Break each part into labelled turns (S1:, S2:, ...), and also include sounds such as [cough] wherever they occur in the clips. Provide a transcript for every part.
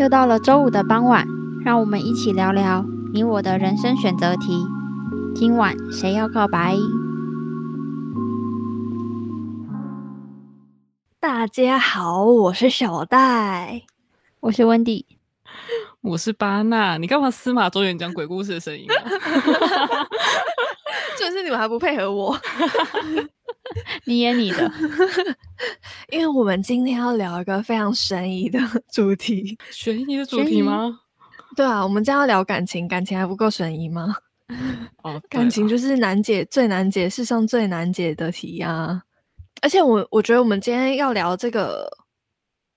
S1: 又到了周五的傍晚，让我们一起聊聊你我的人生选择题。今晚谁要告白？
S2: 大家好，我是小戴。
S1: 我是温蒂。
S3: 我是巴纳，你干嘛司马周远讲鬼故事的声音、啊？
S2: [laughs] 就是你们还不配合我，
S1: 你演你 [laughs] 的，
S2: [laughs] 因为我们今天要聊一个非常悬疑的 [laughs] 主题。
S3: 悬疑的主
S1: 悬疑
S3: 题吗？
S2: 对啊，我们今天要聊感情，感情还不够悬疑吗？
S3: 哦，对
S2: 感情
S3: 啦
S2: 就是难解，最难解，世上最难解的题啊！而且我我觉得我们今天要聊这个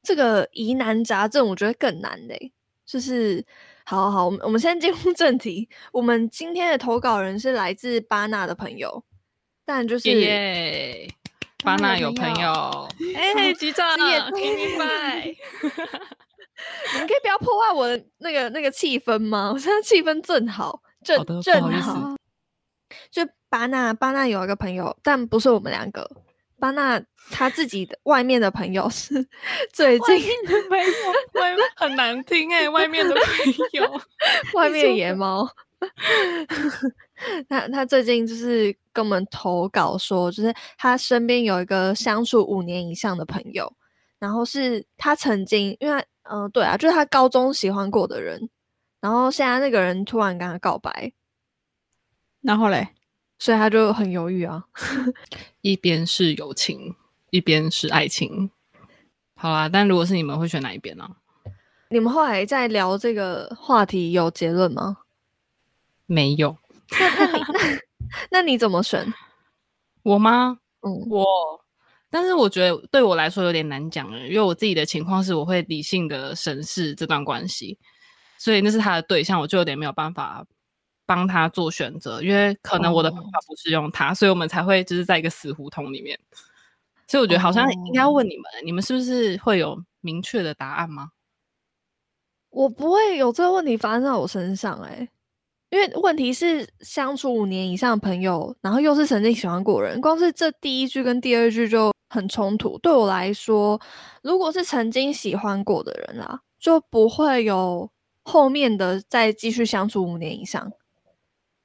S2: 这个疑难杂症，我觉得更难嘞、就是，好好好，我们我们先进入 [laughs] 正题。我们今天的投稿人是来自巴纳的朋友，但就是
S3: 耶耶，巴
S1: 巴纳
S3: 纳
S1: 有
S3: 有朋
S1: 朋
S3: 友，哎，局长
S2: 这也
S3: 给你拜。
S2: 你们可以不要破坏我的那个那个气氛吗？我现在气氛正好，
S3: 好
S2: 正
S3: 的不
S2: 正
S3: 好意思
S2: 好。就巴纳巴纳有一个朋友，但不是我们两个。巴纳他自己的外面的朋友是最近
S3: 的朋友，外很难听哎，外面的朋友，
S2: 外
S3: 你
S2: 面
S3: 说
S2: 野猫。 [laughs] 他他最近就是跟我们投稿说，就是他身边有一个相处五年以上的朋友，然后是他曾经，因为嗯、呃对啊，就是他高中喜欢过的人，然后现在那个人突然跟他告白，
S1: 然后嘞，
S2: 所以他就很犹豫啊。
S3: 一边是友情，一边是爱情。好啦，但如果是你们会选哪一边呢、
S2: 你们后来在聊这个话题有结论吗？
S3: 没有，
S2: 那你怎么选？
S3: 我吗？
S2: 嗯，
S3: 我，但是我觉得对我来说有点难讲了，因为我自己的情况是我会理性的审视这段关系，所以那是他的对象，我就有点没有办法帮他做选择，因为可能我的方
S2: 哦
S3: 法不适用他，所以我们才会就是在一个死胡同里面。所以我觉得好像应该要
S2: 哦
S3: 问你们，你们是不是会有明确的答案吗？
S2: 我不会有这个问题发生在我身上哎、因为问题是相处五年以上的朋友，然后又是曾经喜欢过的人，光是这第一句跟第二句就很冲突。对我来说，如果是曾经喜欢过的人啊，就不会有后面的再继续相处五年以上。
S1: [laughs]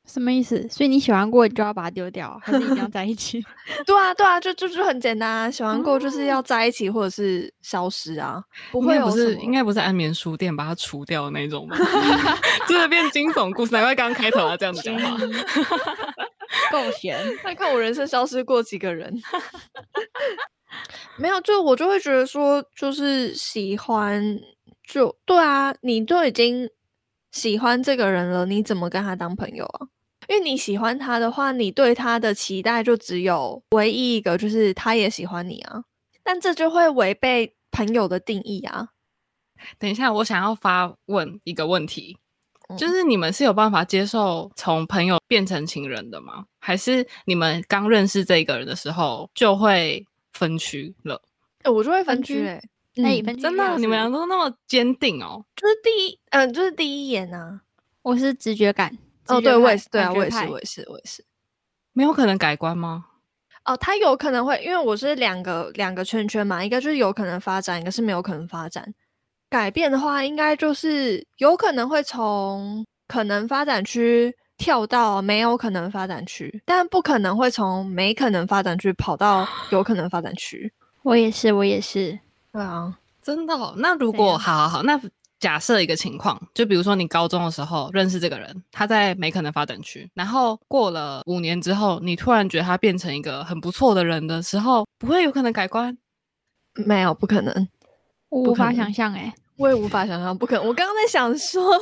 S1: 什么意思？所以你喜欢过，你就要把它丢掉啊，还是一定要在一
S2: [laughs]
S1: 起？
S2: 对啊，对啊，就就就很简单啊，喜欢过就是要在一起或者是消失啊，不
S3: 哦应
S2: 会
S3: 该
S2: 有什
S3: 不是，
S2: 么
S3: 应该不是安眠书店把它除掉的那种吧？ [laughs] 就是变惊悚故事，难怪刚刚开头啊要这样子讲
S1: [laughs]
S3: 话。
S1: 够闲，
S2: 看看我人生消失过几个人， [laughs] 没有，就我就会觉得说，就是喜欢，就对啊，你都已经喜欢这个人了，你怎么跟他当朋友啊？因为你喜欢他的话，你对他的期待就只有唯一一个，就是他也喜欢你啊。但这就会违背朋友的定义啊。
S3: 等一下，我想要发问一个问题，就
S2: 嗯
S3: 是你们是有办法接受从朋友变成情人的吗？还是你们刚认识这个人的时候就会分区了？
S2: 欸我就会
S1: 分
S2: 分居、
S1: 居
S2: 欸，
S1: 那你
S2: 嗯
S1: 分居
S3: 真
S1: 一下
S3: 的，你们
S1: 是
S3: 俩都那么坚定哦？
S2: 就是第一，嗯、就是第一眼啊。
S1: 我是直觉感。
S2: 哦，
S1: 直觉
S2: 对，我
S1: 派
S2: 也是，对啊，
S1: 感
S2: 我
S1: 觉
S2: 也是，
S1: 派
S2: 我也是，我也是。
S3: 没有可能改观吗？
S2: 哦，他有可能会，因为我是两个两个圈圈嘛，一个就是有可能发展，一个是没有可能发展。改变的话，应该就是有可能会从可能发展区跳到没有可能发展区，但不可能会从没可能发展区跑到有可能发展区。
S1: 我也是，我也是。
S2: 对啊，
S3: 真的哦、那如
S1: 怎
S3: 果
S1: 样
S3: 好好好，那假设一个情况，就比如说你高中的时候认识这个人，他在没可能发展区，然后过了五年之后，你突然觉得他变成一个很不错的人的时候，不会有可能改观？
S2: 没有，不可能。
S1: 我
S2: 不
S1: 无法
S2: 可能
S1: 想象
S2: [laughs]
S1: 哎、
S2: 我也无法想象，不可能。我刚刚在想说，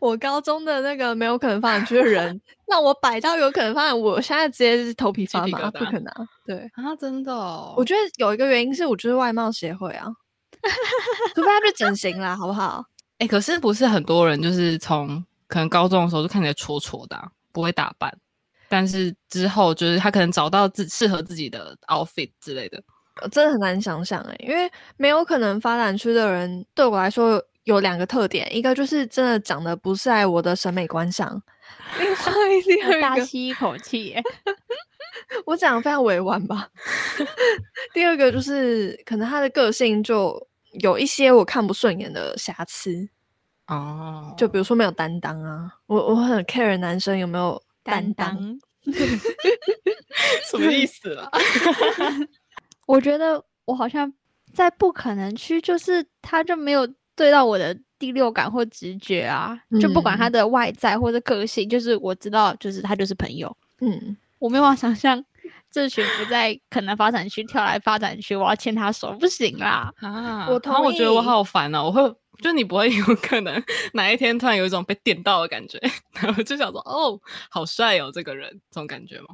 S2: 我高中的那个没有可能发展
S3: [laughs]
S2: 区的人，让我摆到有可能发展，我现在直接是头皮
S3: 鸡
S2: 发
S3: 皮
S2: 麻，
S3: 疙
S2: 不
S3: 瘩
S2: 可能啊、对。
S3: 啊，真的、哦，
S2: 我觉得有一个原因是，我就是外貌协会啊，除非他去整形啦，好不好？
S3: 哎、可是不是很多人就是从可能高中的时候就看起来挫挫的啊、不会打扮，但是之后就是他可能找到自适合自己的 outfit 之类的。
S2: 呃真的很难想象哎、因为没有可能发展区的人对我来说有两个特点，一个就是真的长得不在我的审美观上，另外第
S1: 我
S2: 二
S1: 大
S2: 个
S1: 吸一口气、 [laughs] 欸，
S2: 我讲的非常委婉吧， [laughs] 第二个就是可能他的个性就有一些我看不顺眼的瑕疵，
S3: 哦，
S2: 就比如说没有担当啊，我我很 care 男生有没有担当。
S1: 当
S3: 什么意思
S2: [laughs]
S3: 啊啦？
S1: 我觉得我好像在不可能区，就是他就没有对到我的第六感或直觉啊，就不管他的外在或者个性，就是我知道，就是他就是朋友，
S2: 嗯，
S1: 我没有办法想象这群不在可能发展区跳来发展区，我要牵他手，不行啦。
S3: 啊，
S2: 我
S3: 然后我觉得
S2: 同
S3: 我
S2: 意
S3: 好烦哦，我会就你不会 [laughs] 有可能哪一天突然有一种被电到的感觉， [laughs] 然后就想说哦，好帅哦，这个人这种感觉吗？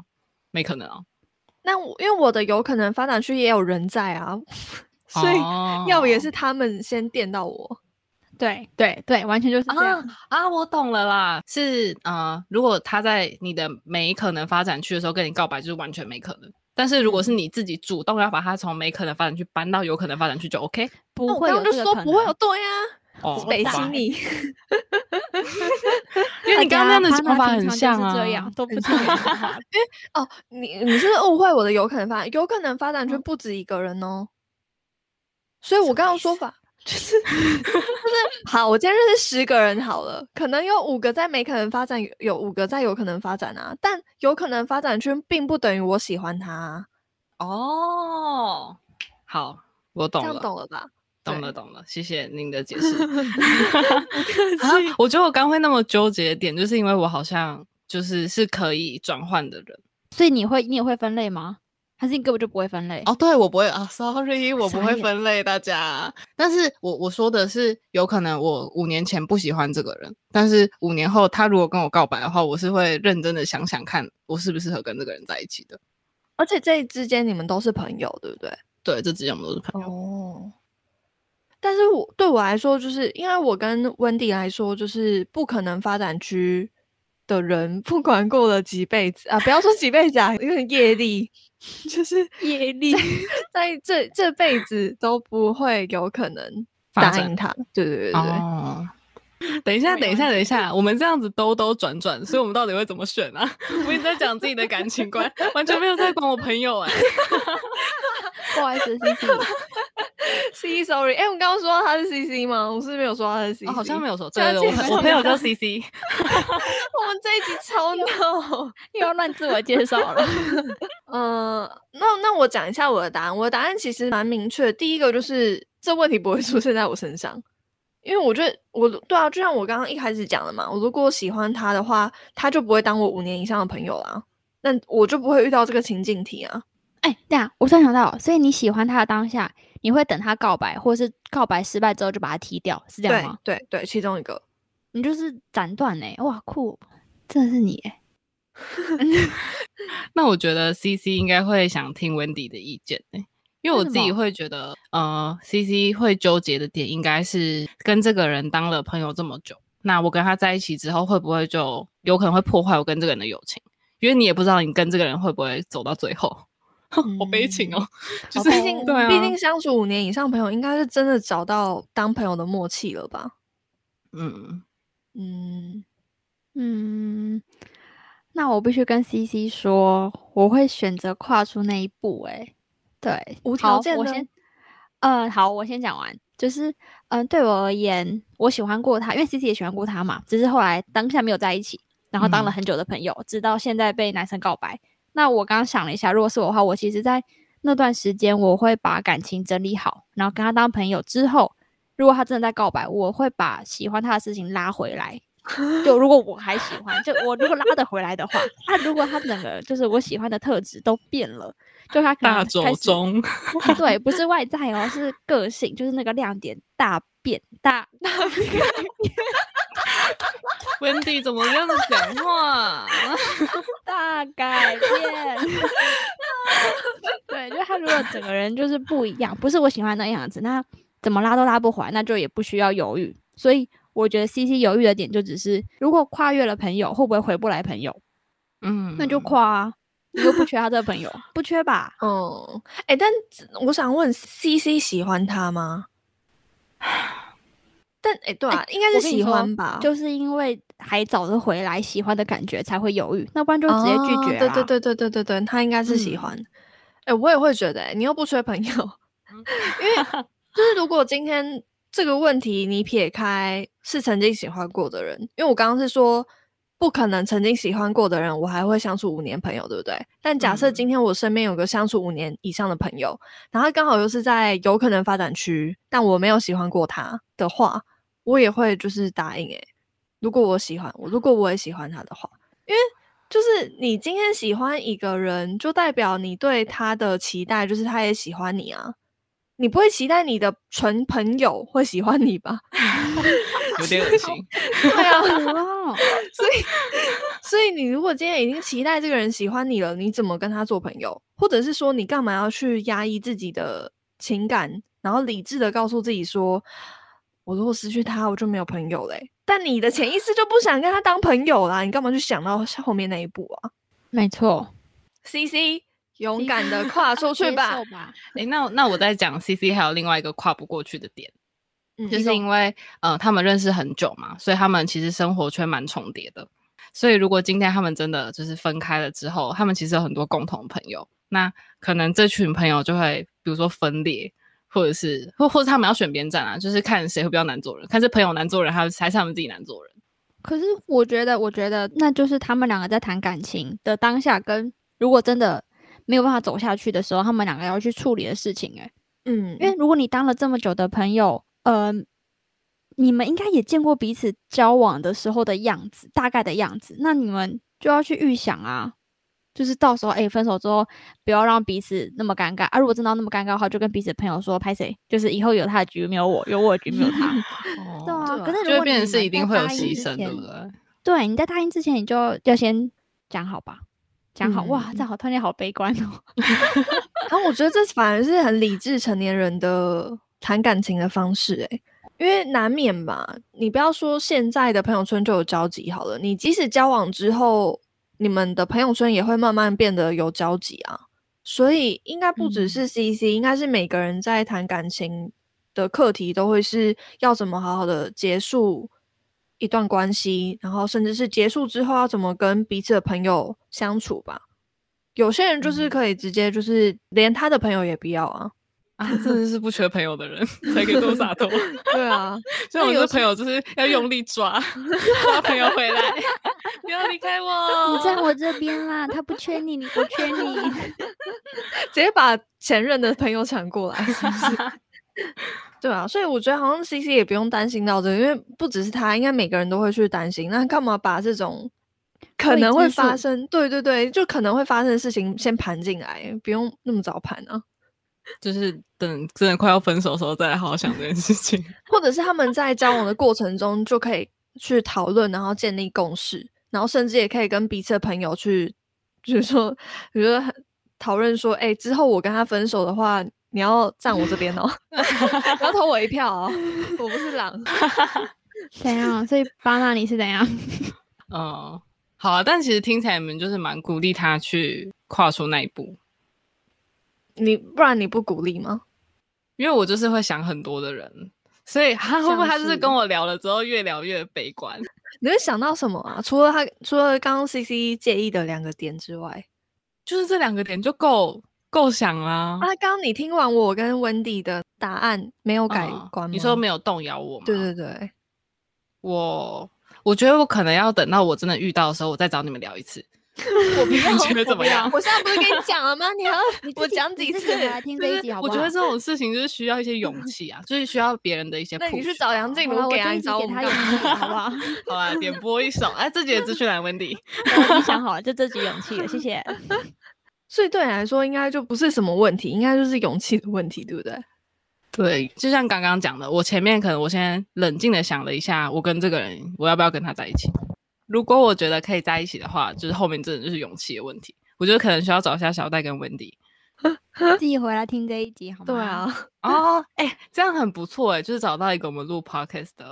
S3: 没可能哦，
S2: 那我因为我的有可能发展区也有人在啊， [laughs] 所
S1: 哦
S2: 以
S3: 哦
S2: 要也是他们先电到我。
S1: 对对对，完全就是这样。
S3: 啊啊，我懂了啦，是呃，如果他在你的没可能发展区的时候跟你告白，就是完全没可能。但是如果是
S1: 嗯
S3: 你自己主动要把他从没可能发展区搬到有可能发展区，就 OK
S1: 不
S2: 那我
S1: 会
S2: 刚
S1: 有
S2: 刚就
S1: 这个
S2: 说
S1: 可
S2: 不会
S1: 能
S2: 有，对啊，
S3: 哦。
S2: 北
S1: 我
S3: 好
S1: 懂
S2: 西
S3: 吧
S2: 你。
S3: 因为你刚刚那样的
S1: 大家
S3: 讲法
S1: 啊他
S3: 很
S1: 平常
S3: 像
S1: 就是
S3: 啊，
S1: 这样都不听我讲话
S2: 哦，你你是不是误会我的有可能发展，有可能发展
S3: 嗯
S2: 圈不止一个人哦。所以我刚刚说
S3: [laughs]
S2: 法就是就是好，我今天认识十个人好了，可能有五个在没可能发展，有有五个在有可能发展啊。但有可能发展圈并不等于我喜欢他、啊，
S3: 哦，好，我
S2: 这
S3: 懂
S2: 样
S3: 了，
S2: 懂了吧？
S3: 懂了，
S2: 对
S3: 懂了，谢谢您的
S1: [laughs]
S3: 解释。啊，我觉得我刚会那么纠结的点，就是因为我好像就是是可以转换的人。
S1: 所以你会你也会分类吗？还是你根本就不会分类？
S3: 哦，对，我不会啊，sorry，我不
S1: 傻
S3: 会
S1: 眼
S3: 分类大家。但是我我说的是，有可能我五年前不喜欢这个人，但是五年后他如果跟我告白的话，我是会认真的想想看，我适不适合跟这个人在一起的。
S2: 而且这之间你们都是朋友，对不对？
S3: 对，这之前我们都是朋友。
S2: 哦，但是我对我来说，就是因为我跟温迪来说，就是不可能发展区的人，不管过了几辈子啊，不要说几辈子啊，有点业力，就是
S1: 业力
S2: 在这这辈子都不会有可能
S3: 发
S2: 答
S3: 展
S2: 应他。对对对对，
S3: 哦。等一下，
S1: 对
S3: 等一下，
S1: 完
S3: 等一下，我们这样子兜兜转转，所以我们到底会怎么选啊？ [laughs] 我一直在讲自己的感情观，完全没有在管我朋友哎、
S1: 不好意思，星星，
S2: C sorry，哎、我刚刚说到他是 C C 吗？我是没有说他是 C，、
S3: 哦，好像没
S2: 有。
S3: 有说，
S2: 这
S3: 对
S2: 样
S3: 对，我
S2: 介
S3: 朋
S2: 绍
S3: 我朋友
S2: 吗
S3: 叫 [laughs] CC，
S2: [laughs] 我们这一集
S3: [laughs]
S2: 超闹。
S1: 又要乱自我介绍了。
S2: 呃，那那我讲一下我的答案。我的答案其实蛮明确的，第一个就是这问题不会出现在我身上，因为我觉得我对啊，就像我刚刚一开始讲的嘛，我如果喜欢他的话，他就不会当我五年以上的朋友啦，那我就不会遇到这个情境题啊。
S1: 哎，对啊，我突然想到，所以你喜欢他的当下，你会等他告白，或是告白失败之后就把他踢掉，是这样
S2: 对
S1: 吗？
S2: 对对，其中一个。
S1: 你就是斩断哎、哇酷，真的是你 [laughs] 哎、
S3: 那我觉得 CC 应该会想听 Wendy 的意见、欸、因为
S1: 为
S3: 我
S1: 什
S3: 自己
S1: 么
S3: 会觉得，呃，CC 会纠结的点应该是跟这个人当了朋友这么久，那我跟他在一起之后，会不会就有可能会破坏我跟这个人的友情？因为你也不知道你跟这个人会不会走到最后， [laughs] 好悲情
S1: 嗯
S3: 哦。就
S2: 好
S3: 是
S2: 毕竟
S3: 对啊，
S2: 毕竟相处五年以上的朋友，应该是真的找到当朋友的默契了吧？
S3: 嗯，
S2: 嗯，
S1: 嗯，那我必须跟 CC 说，我会选择跨出那一步哎、对，
S2: 无条
S1: 好
S2: 件
S1: 我
S2: 的
S1: 先，呃，好，我先讲完，就是，嗯、对我而言，我喜欢过他，因为 C C 也喜欢过他嘛，只是后来当下没有在一起，然后当了
S3: 嗯
S1: 很久的朋友，直到现在被男生告白。那我刚刚想了一下，如果是我的话，我其实在那段时间，我会把感情整理好，然后跟他当朋友之后，如果他真的在告白，我会把喜欢他的事情拉回来。就如果我还喜欢，就我如果拉得回来的话，那、如果他整个就是我喜欢的特质都变了，就他可能
S3: 大走
S1: 开始
S3: 中，
S1: 不 [laughs] 对，不是外在哦，是个性，就是那个亮点大变大。
S3: 温迪怎么这样子讲话？
S1: [laughs] 大改变。 [laughs] 对，就他如果整个人就是不一样，不是我喜欢的那样子，那怎么拉都拉不回来，那就也不需要犹豫。所以我觉得 C C 犹豫的点就只是，如果跨越了朋友，会不会回不来朋友？
S3: 嗯，
S1: [laughs] 那就跨啊，你又不缺他这个朋友，不缺吧？
S2: 哦，哎、但我想问，C C 喜欢他吗？ [sighs] 但哎、对啊，应该是
S1: 我跟你
S2: 喜
S1: 说
S2: 欢吧，
S1: 就是因为还找得回来喜欢的感觉才会犹豫，那不然就直接拒绝、
S2: 哦对对，对对对对对，他应该是喜
S3: 嗯
S2: 欢。哎、我也会觉得、欸，你又不缺朋友，因为就是如果今天这个问题，你撇开是曾经喜欢过的人，因为我刚刚是说不可能曾经喜欢过的人，我还会相处五年朋友，对不对？但假设
S3: 嗯
S2: 今天我身边有个相处五年以上的朋友，然后他刚好又是在有可能发展区，但我没有喜欢过他的话，我也会就是答应诶、欸如果我喜欢我，如果我也喜欢他的话，因为就是你今天喜欢一个人，就代表你对他的期待就是他也喜欢你啊。你不会期待你的纯朋友会喜欢你吧？ [laughs]
S3: 有点恶心。
S1: 对 [laughs]
S2: [laughs]
S1: 啊，
S2: 所以你如果今天已经期待这个人喜欢你了，你怎么跟他做朋友？或者是说你干嘛要去压抑自己的情感，然后理智的告诉自己说，我如果失去他，我就没有朋友嘞、但你的潜意识就不想跟他当朋友啦，你干嘛去想到后面那一步啊
S1: 没错，
S2: ？C C，勇敢的跨出去吧
S1: 接。受吧，
S3: 哎、那那我在讲 C C 还有另外一个跨不过去的点，
S2: 嗯
S3: 就是因为呃他们认识很久嘛，所以他们其实生活圈蛮重叠的。所以如果今天他们真的就是分开了之后，他们其实有很多共同朋友，那可能这群朋友就会比如说分裂，或者是或或者他们要选边站啊，就是看谁会比较难做人，看是朋友难做人，还是还是他们自己难做人。
S1: 可是我觉得，我觉得那就是他们两个在谈感情的当下，跟如果真的没有办法走下去的时候，他们两个要去处理的事情、欸。
S2: 嗯，
S1: 因为如果你当了这么久的朋友，呃，你们应该也见过彼此交往的时候的样子，大概的样子，那你们就要去预想啊，就是到时候哎、分手之后不要让彼此那么尴尬啊。如果真的要那么尴尬的话，就跟彼此的朋友说，拍谁，就是以后有他的局没有我，有我的局没有他。
S3: 哦
S1: [laughs] 对啊，
S2: 对啊
S1: 可是如
S3: 就
S1: 果
S3: 会变
S1: 你
S3: 成是
S1: 们
S3: 一定
S1: 在
S3: 会有
S1: 答应
S3: 牺
S1: 之
S3: 牲，对
S1: 前 [laughs]
S3: 不对？
S1: 对，你在答应之前，你就要先讲好吧，讲好。哇，这
S2: 嗯
S1: 好突然间好悲观哦。
S2: 然后我觉得这反而是很理智成年人的谈感情的方式、欸，因为难免吧。你不要说现在的朋友圈就有交集好了，你即使交往之后，你们的朋友圈也会慢慢变得有交集啊。所以应该不只是 CC，、应该是每个人在谈感情的课题都会是要怎么好好的结束一段关系，然后甚至是结束之后要怎么跟彼此的朋友相处吧。有些人就是
S3: 嗯
S2: 可以直接就是连他的朋友也不要啊，
S3: 啊，真的是不缺朋
S1: [laughs]
S3: 友的人才可以多洒脱。
S2: 对啊，
S3: 所以
S2: 那
S3: 我
S2: 有
S3: 这朋友就是要用力
S1: [laughs]
S3: 抓，抓朋友回来， [laughs] 不要离开我。
S1: 你在我这边啦，他不缺你，你不缺你。
S2: [laughs] 直接把前任的朋友抢过来，是不是？对啊，所以我觉得好像 C C 也不用担心到这个，因为不只是他，应该每个人都会去担心。那干嘛把这种可
S1: 未
S2: 能会
S1: 知
S2: 发
S1: 数
S2: 生，对对对，就可能会发生的事情先盘进来，不用那么早盘啊。
S3: 就是等真的快要分手的时候再来好好想这件事情。 [laughs]
S2: 或者是他们在交往的过程中就可以去讨论，然后建立共识，然后甚至也可以跟彼此的朋友去，就是说，比如说讨论说，哎、之后我跟他分手的话，你要站我这边哦， [laughs] 不要投我一票哦，我不是狼。
S1: [laughs] 怎样？所以巴纳你是怎样？
S3: 嗯，好啊，但其实听起来你们就是蛮鼓励他去跨出那一步，
S2: [laughs] 你不然你不鼓励吗？
S3: 因为我就是会想很多的人。所以他会不会他就是
S2: 像是
S3: 跟我聊了之后越聊越悲观？ [laughs]
S2: 你会想到什么啊？除了他，除了刚刚 C C 介意的两个点之外，
S3: 就是这两个点就够够想啦。嗯
S2: 啊，刚刚你听完我跟温迪的答案没有改
S3: 嗯
S2: 观吗？
S3: 你说没
S2: 有？啊
S3: 有动摇我吗？
S2: 对对对，
S3: 我我觉得我可能要等到我真的遇到的时候，我再找你们聊一次。我不要觉得怎么
S2: [laughs]
S3: 样？
S2: 我现在不是跟你讲了吗？你还要
S1: 你自
S2: 我
S1: 己
S2: 讲
S1: 你
S2: 几
S1: 自己
S2: 次
S1: 回来听
S3: 就
S1: 这一
S3: 是
S1: 集好
S3: 我
S1: 不
S3: 觉
S1: 好？
S3: 得这种事情就是需要一些勇气啊，就是需要别人的一些 push
S2: [laughs] 那
S3: 啊。
S2: 你去找杨静
S1: 好
S2: 茹
S1: 啦我
S2: 给他，
S1: 这一
S2: 你
S1: 集
S2: 找
S1: 给
S2: 我
S1: 他
S2: 们
S1: 勇
S2: 干
S1: 气，
S2: [laughs] 嘛？
S1: 好不好？
S3: 好啊，点播一首。哎，自己的资讯栏，Wendy。
S1: 我已经 [laughs] 想好了，就这集勇气了，谢谢。
S2: 所以对你来说，应该就不是什么问题，应该就是勇气的问题，对不对？
S3: [laughs] 对，就像刚刚讲的，我前面可能我先冷静的想了一下，我跟这个人，我要不要跟他在一起？如果我觉得可以在一起的话，就是后面真的就是勇气的问题。我觉得可能需要找一下小戴跟 Wendy。
S1: [laughs] 自己回来听这一集好吗？
S2: [laughs] 对，
S1: [laughs]
S2: 啊，
S3: 哦，哎、这样很不错哎、就是找到一个我们录 podcast 的，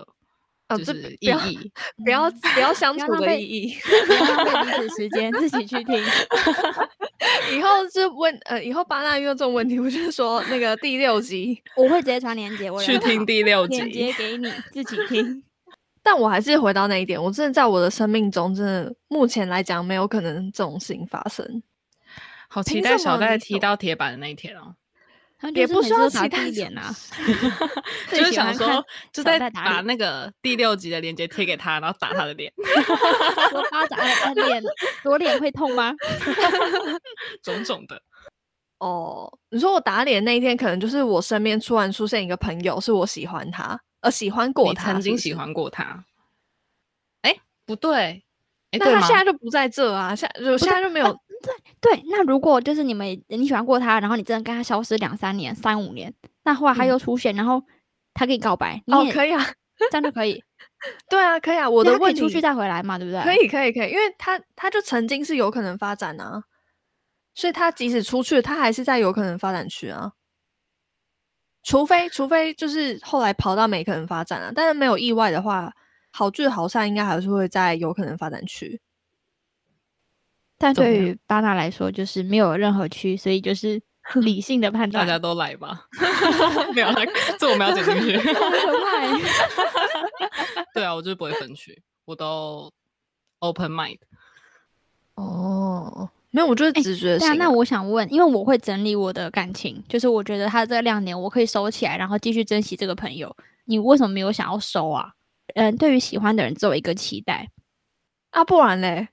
S2: 啊
S1: 哦
S3: 就
S2: 这
S3: 是
S2: 不
S3: 意
S2: 要
S3: 义。
S2: 不要不要相 [laughs]
S1: 不要
S2: 处
S1: 浪
S2: 的
S1: 费
S2: 意义。
S1: 不要浪费彼此时间，自己去听。
S2: 以后是问呃，以后巴纳遇到这种问题，我就是说那个第六集。
S1: 我会直接传链接，我
S3: 去
S1: 人
S3: 听第六
S1: 链
S3: 集
S1: 接，给你自己听。
S2: 但我还是回到那一点，我真的在我的生命中，真的目前来讲没有可能这种事情发生。
S3: 好期
S2: 凭
S3: 待
S2: 什
S3: 小
S2: 么
S3: 戴
S2: 你
S3: 踢
S2: 懂
S3: 到铁板的那一天哦！
S1: 他们就
S2: 也
S1: 是
S2: 不
S1: 每
S2: 需
S1: 次
S2: 要
S1: 都
S2: 期
S1: 打
S2: 待
S1: 第一
S2: 什
S1: 点
S2: 么
S1: 啊，
S3: 就
S1: 最
S3: 是
S1: 喜
S3: 想
S1: 欢
S3: 说
S1: 看，
S3: 就
S1: 长
S3: 在
S1: 在哪
S3: 把
S1: 里
S3: 那个第六集的链接贴给他，然后打他的
S1: [laughs]
S3: 脸，
S1: 我巴掌哎哎脸左脸会痛吗？
S3: 种种的。
S2: 哦，你说我打脸那一天，可能就是我身边突然出现一个朋友，是我喜欢他，呃，喜欢过
S3: 你
S2: 他，
S3: 曾经
S2: 是不
S3: 喜
S2: 是。
S3: 欢过他，哎、不对，哎、对
S2: 那他
S3: 吗
S2: 现在就不在这啊，现在就现在就没有，
S1: 对，那如果就是你们你喜欢过他，然后你真的跟他消失两三年、三五年，那后来他
S2: 嗯
S1: 又出现，然后他跟你告白，你
S2: 哦，
S1: 也
S2: 可以啊， [laughs]
S1: 这样就可以。
S2: 对啊，可以啊，我
S1: 那
S2: 的
S1: 他可
S2: 问
S1: 以
S2: 题
S1: 出去再回来嘛，对不对？
S2: 可。以，可以，可以，因为他他就曾经是有可能发展啊，所以他即使出去，他还是在有可能发展区啊。除非除非就是后来跑到没可能发展啊，但是没有意外的话，好聚好散应该还是会在有可能发展区。
S1: 但
S3: 怎么
S1: 对
S3: 样
S1: 于巴纳来说，就是没有任何区，所以
S2: [laughs]
S1: 就是理性的判
S3: 大
S1: 断。
S3: 家都来吧， [laughs] 没有啦，这我们要剪进去。 [laughs]
S1: 好可怕欸
S3: 对啊，我就是不会分区，我都 open mind。
S2: 哦，没有，我就是
S1: 哎
S2: 直觉
S1: 对啊，
S2: 性啊、
S1: 那我想问，因为我会整理我的感情，就是我觉得他这两年我可以收起来，然后继续珍惜这个朋友。你为什么没有想要收啊？嗯，对于喜欢的人只有一个期待，
S2: 啊，不然嘞，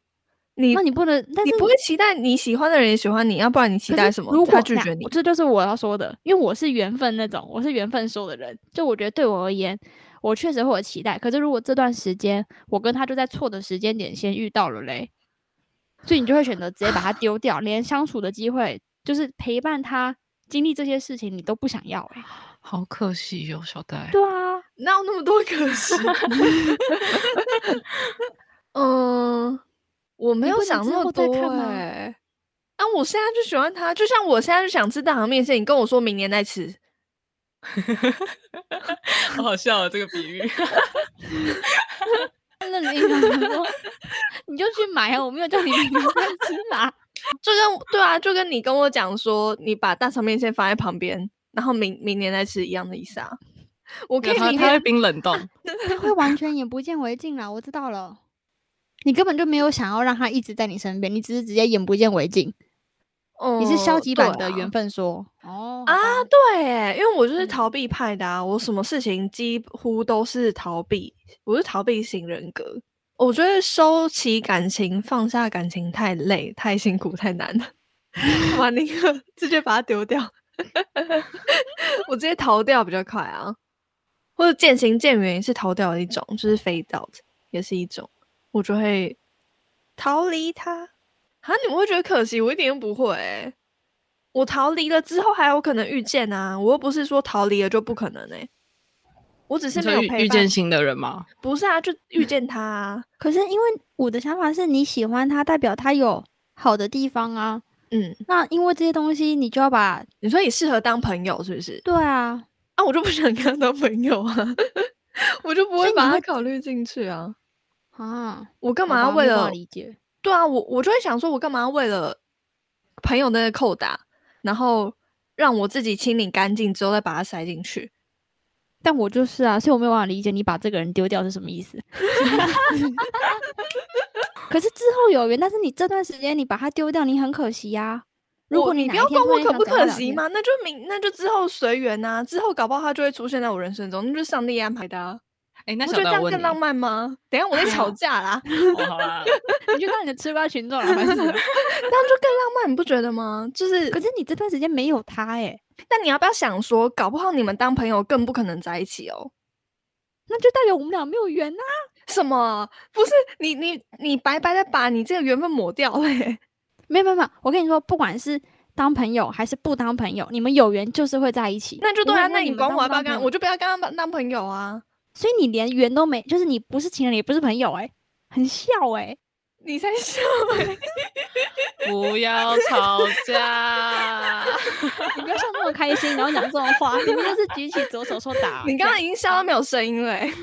S2: 你
S1: 那你不能，但
S2: 你
S1: 是
S2: 不会期待你喜欢的人也喜欢你，要不然你期
S1: 可
S2: 待
S1: 是
S2: 什么？
S1: 如
S2: 他
S1: 果
S2: 拒
S1: 那
S2: 绝你
S1: 我，这就是我要说的，因为我是缘分那种，我是缘分说的人。就我觉得对我而言，我确实会有期待。可是如果这段时间我跟他就在错的时间点先遇到了嘞，所以你就会选择直接把他丢掉，连相处的机会，就是陪伴他经历这些事情，你都不想要、欸。
S3: 好可惜
S2: 哦
S3: 哟、小戴。
S1: 对啊，
S2: 哪有那么多可惜？ [laughs] 嗯，我没
S1: 你
S2: 有
S1: 不能
S2: 想
S1: 之
S2: 那么
S1: 后再
S2: 多、
S1: 看吗
S2: 欸。啊，我现在就喜欢他，就像我现在就想吃大肠面线，你跟我说明年再吃，
S3: [laughs] 好好笑啊、这个比喻。
S1: 那你想说你就去买啊，我没有叫你 [laughs] 明天再吃嘛。
S2: 就跟对啊，就跟你跟我讲说你把大肠面线放在旁边，然后明明年再吃一样的意思啊。我可以 [laughs]
S3: 他
S2: 明
S3: 他会
S2: 天
S3: 冰冷冻，
S1: 他会完全眼不见为净啦，我知道了。你根本就没有想要让他一直在你身边，你只是直接眼不见为净，你是消
S2: 嗯
S1: 极
S2: 对
S1: 版的
S2: 啊
S1: 缘分说。哦
S2: 啊，对耶，因为我就是
S1: 嗯
S2: 逃避派的啊，我什么事情几乎都是逃避，我是逃避型人格。我觉得收起感情、放下感情太累、太辛苦、太难了，我宁可直接把它丢掉， [laughs] 我直接逃掉比较快啊。或者渐行渐远也是逃掉的一种，就是 fade out 也是一种，我就会逃离他。啊，你们会觉得可惜，我一点都不会、欸。我逃离了之后还有可能遇见啊，我又不是说逃离了就不可能哎、我只是没有
S3: 你说遇
S2: 陪
S3: 遇见
S2: 伴，
S3: 新的人吗？
S2: 不是啊，
S3: [laughs]
S2: 就遇见他、啊。
S1: 可是因为我的想法是你喜欢他，代表他有好的地方啊。
S2: 嗯，
S1: 那因为这些东西，你就要把
S2: 你说你适合当朋友是不是？
S1: 对啊，
S2: 啊，我就不想跟他当朋友啊， [laughs] 我就不
S1: 所以
S2: 会
S1: 你
S2: 把他
S1: 会
S2: 考虑进去啊。
S1: 啊，
S2: 我干
S1: 好
S2: 嘛要
S1: 吧
S2: 为
S1: 没办法
S2: 了
S1: 理解？
S2: 对啊，我我就会想说，我干嘛要为了朋友的扣打，然后让我自己清理干净之后再把它塞进去？
S1: 但我就是啊，所以我没有办法理解你把这个人丢掉是什么意思。 [laughs] 可是之后有缘，但是你这段时间你把他丢掉，你很可惜呀、如
S2: 我
S1: 果
S2: 你
S1: 哪
S2: 不
S1: 一
S2: 要
S1: 天
S2: 管
S1: 突
S2: 我
S1: 然
S2: 可
S1: 想
S2: 不
S1: 找他
S2: 可
S1: 聊
S2: 惜
S1: 天，
S2: 嘛，那就明那就之后随缘呐、之后搞不好他就会出现在我人生中，那就是上帝安排的、啊。
S3: 哎、那
S2: 不
S3: 小
S2: 觉得
S3: 戴
S2: 这
S3: 我
S2: 样
S3: 问
S2: 更
S3: 你，
S2: 浪漫吗？等一下我在
S1: [laughs]
S2: 吵架啦，这样
S3: 哦
S2: [laughs]
S3: 好啦，
S1: 你就当你的吃瓜群众了。烦死了
S2: 就更浪漫，你不觉得吗？就是
S1: [laughs] 可是你这段时间没有他哎、
S2: 但你要不要想说，搞不好你们当朋友更不可能在一起哦？
S1: 那就代表我们俩没有缘呐、
S2: 什么？啊不是你你你白白的把你这个缘分抹掉嘞、
S1: 没有没有没有，我跟你说，不管是当朋友还是不当朋友，你们有缘就是会在一起。
S2: 那就
S1: 不
S2: 对
S1: 会
S2: 啊，
S1: 因
S2: 那
S1: 为
S2: 你
S1: 们
S2: 管
S1: 当
S2: 我要
S1: 不
S2: 不要
S1: 当
S2: 跟他，
S1: 朋
S2: 我
S1: 友
S2: 就不要跟他当当朋友啊！
S1: 所以你连缘都没，就是你不是情人也不是朋友哎、很笑哎、
S2: 你才 [laughs] 笑欸
S3: 不要吵架。
S1: 你不要笑那么开心，然后讲这种话，明明就是举起左手说打。
S2: 你刚刚已经笑到没有声音了欸、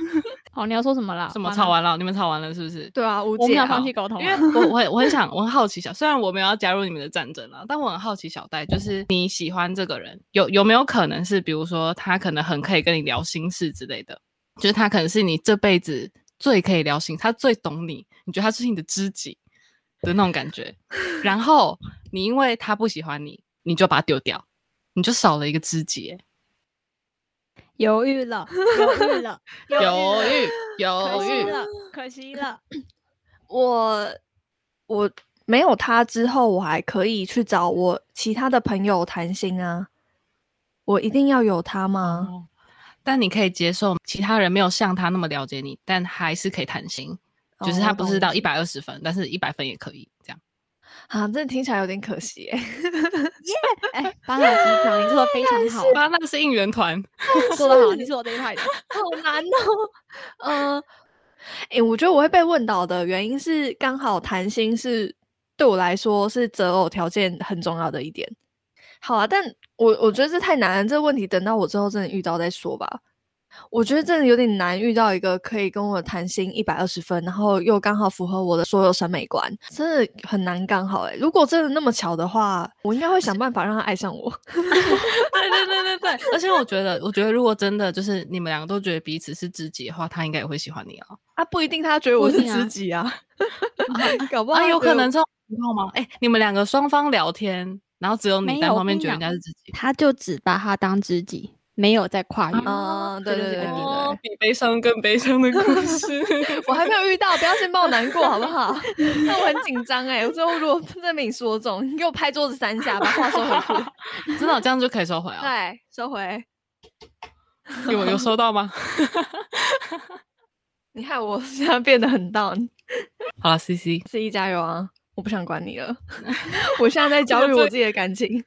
S1: 好，你要说什么啦？
S3: [laughs]
S1: 啊
S3: 什么
S1: 完
S3: 吵
S1: 了？
S3: 完了？你们吵完了是不是？
S2: [laughs] 对啊，无
S1: 我们
S2: 解
S1: 俩
S2: 啊、
S1: 放弃沟通
S3: 因为
S1: 了。
S3: 我我很我很想我很好奇小，虽然我没有要加入你们的战争啊了，但我很好奇小戴，就是你喜欢这个人，有有没有可能是，比如说他可能很可以跟你聊心事之类的，就是他可能是你这辈子最可以聊心，他最懂你，你觉得他就是你的知己的那种感觉，然后你因为他不喜欢你，你就把他丢掉，你就少了一个知己欸。
S1: 犹豫了，犹豫了， [laughs] 犹
S3: 犹
S1: 豫了，
S3: 豫，犹
S1: 可惜
S3: 豫，
S1: 了，可惜了。
S2: 我我没有他之后，我还可以去找我其他的朋友谈心啊。我一定要有他吗？
S3: 哦但你可以接受其他人没有像他那么了解你，但还是可以谈心，就是
S2: 哦
S3: 他
S2: 我
S3: 不
S2: 懂
S3: 是
S2: 意
S3: 到
S2: 思
S3: 一百二十分，但是一百分也可以这样。
S2: 啊，这听起来有点可惜欸、
S1: 哎，巴纳机长，你做的非常好，
S3: 哇，那个是应援团，
S2: [laughs]
S1: 做的好，你是我这一派的。
S2: 好难哦。嗯，诶，我觉得我会被问到的原因是，刚好谈心是对我来说是择偶条件很重要的一点。好啊，但我我觉得这太难了，这个问题等到我之后真的遇到再说吧。我觉得真的有点难遇到一个可以跟我谈心一百二十分，然后又刚好符合我的所有审美观，真的很难刚好诶、如果真的那么巧的话，我应该会想办法让他爱上我。
S3: 对对对对对。而且我觉得，我觉得如果真的就是你们两个都觉得彼此是知己的话，他应该也会喜欢你啊。
S2: 啊，不一定他觉得我
S1: 不一
S2: 是
S1: 定
S2: 知
S1: 啊
S2: 己啊， [laughs] 搞不好
S3: 啊，
S2: 他
S3: 有
S2: 觉
S3: 可
S2: 得我
S3: 能这种情况吗？哎、你们两个双方聊天，然后只有
S1: 没
S3: 你单
S1: 有
S3: 方
S1: 我
S3: 面
S1: 跟
S3: 觉得人
S1: 你
S3: 家
S1: 讲
S3: 是知己。
S1: 他就只把他当知己，没有在跨越。
S2: 啊、
S1: 这
S2: 对
S1: 就
S2: 对
S1: 是
S2: 对
S1: 个点
S2: 对
S3: 哦，比悲伤更悲伤的故事。
S2: 我还没有遇到，不要先帮我难过好不好？那我很紧张哎，我最后如果真的被你说中，你给我拍桌子三下，把话收回去。
S3: [laughs] 真的哦这样就可以收回啊？
S2: 对，收回。
S3: 有有收到吗？ [laughs]
S2: 你看我现在变得很 down，
S3: 好了，C C，
S2: 自己加油啊！我不想管你了，我现在在焦虑我自己的感情。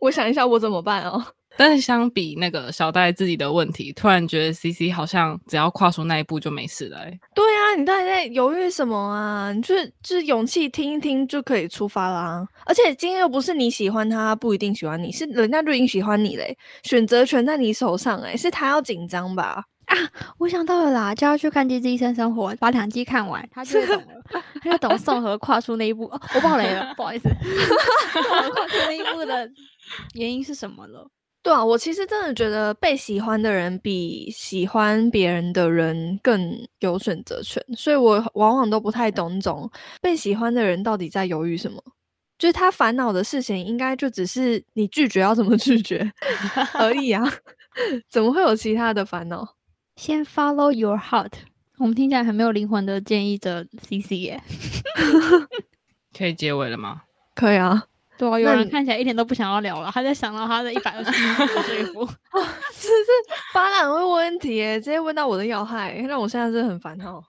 S2: 我想一下我怎么办哦。
S3: 但是相比那个小戴自己的问题，突然觉得 C C 好像只要跨出那一步就没事了、欸。
S2: 对啊，你到底在犹豫什么啊？你就是就是勇气听一听就可以出发啦。而且今天又不是你喜欢他，不一定喜欢你，是人家就已经喜欢你嘞、选择权在你手上哎、是他要紧张吧？
S1: 我想到了啦，叫他去看《机智医生生活》，把两季看完，他就会懂了，他就懂宋和跨出那一步。哦，我爆雷了，不好意思， [laughs] 宋和跨出那一步的原因是什么了？
S2: 对啊，我其实真的觉得被喜欢的人比喜欢别人的人更有选择权，所以我往往都不太懂懂被喜欢的人到底在犹豫什么。就是他烦恼的事情，应该就只是你拒绝要怎么拒绝而已啊， [laughs] 怎么会有其他的烦恼？
S1: 先 follow your heart。我们听起来很没有灵魂的建议者 C C 耶，
S3: 可以结尾了吗？
S2: 可以啊， [laughs]
S1: 对啊，有
S2: 那
S1: 人
S2: 你
S1: 看起来一点都不想要聊了，他在想到他的一百二十这一步。
S2: 只是巴兰会问问题耶，直接问到我的要害，让我现在真的很烦恼。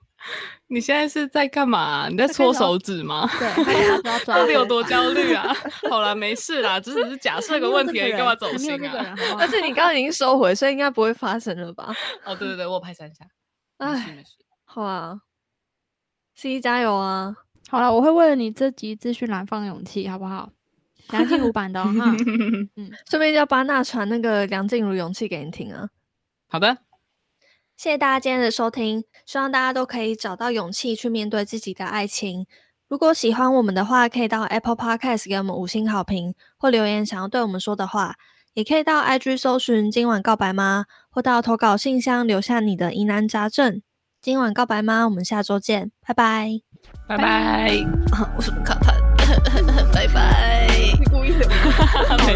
S3: 你现在是在干嘛啊、你在
S1: 在
S3: 搓
S1: 干嘛
S3: 手指吗？
S1: 对，他想要抓 [laughs]
S3: [laughs] 到底有
S1: 住
S3: 多焦
S1: [laughs]
S3: 虑啊？好了，没事啦，只是假设个问题而已，
S1: 还没有这人
S3: 干嘛走
S1: 还没有
S3: 心
S1: 这个
S3: 啊？
S1: 人好不好
S2: 而且你刚刚已经收回，所以应该不会发生了吧？
S3: 哦，对对对，我有拍三下，没事
S2: 哎，
S1: [laughs]
S3: 没事。
S2: 好啊，C 加油啊！
S1: 好了，我会为了你这集资讯栏放勇气，好不好？梁静茹版的哦
S3: [laughs]
S1: 哈，
S2: 顺便叫巴纳传那个梁静茹勇气给你听啊。
S3: 好的，
S2: 谢谢大家今天的收听，希望大家都可以找到勇气去面对自己的爱情。如果喜欢我们的话，可以到 Apple Podcast 给我们五星好评，或留言想要对我们说的话，也可以到 IG 搜寻“今晚告白吗”，或到投稿信箱留下你的疑难杂症。今晚告白吗？我们下周见，拜拜。
S3: 拜拜。
S2: 啊，为什么卡痰？拜拜。你故意的。
S3: [laughs] 没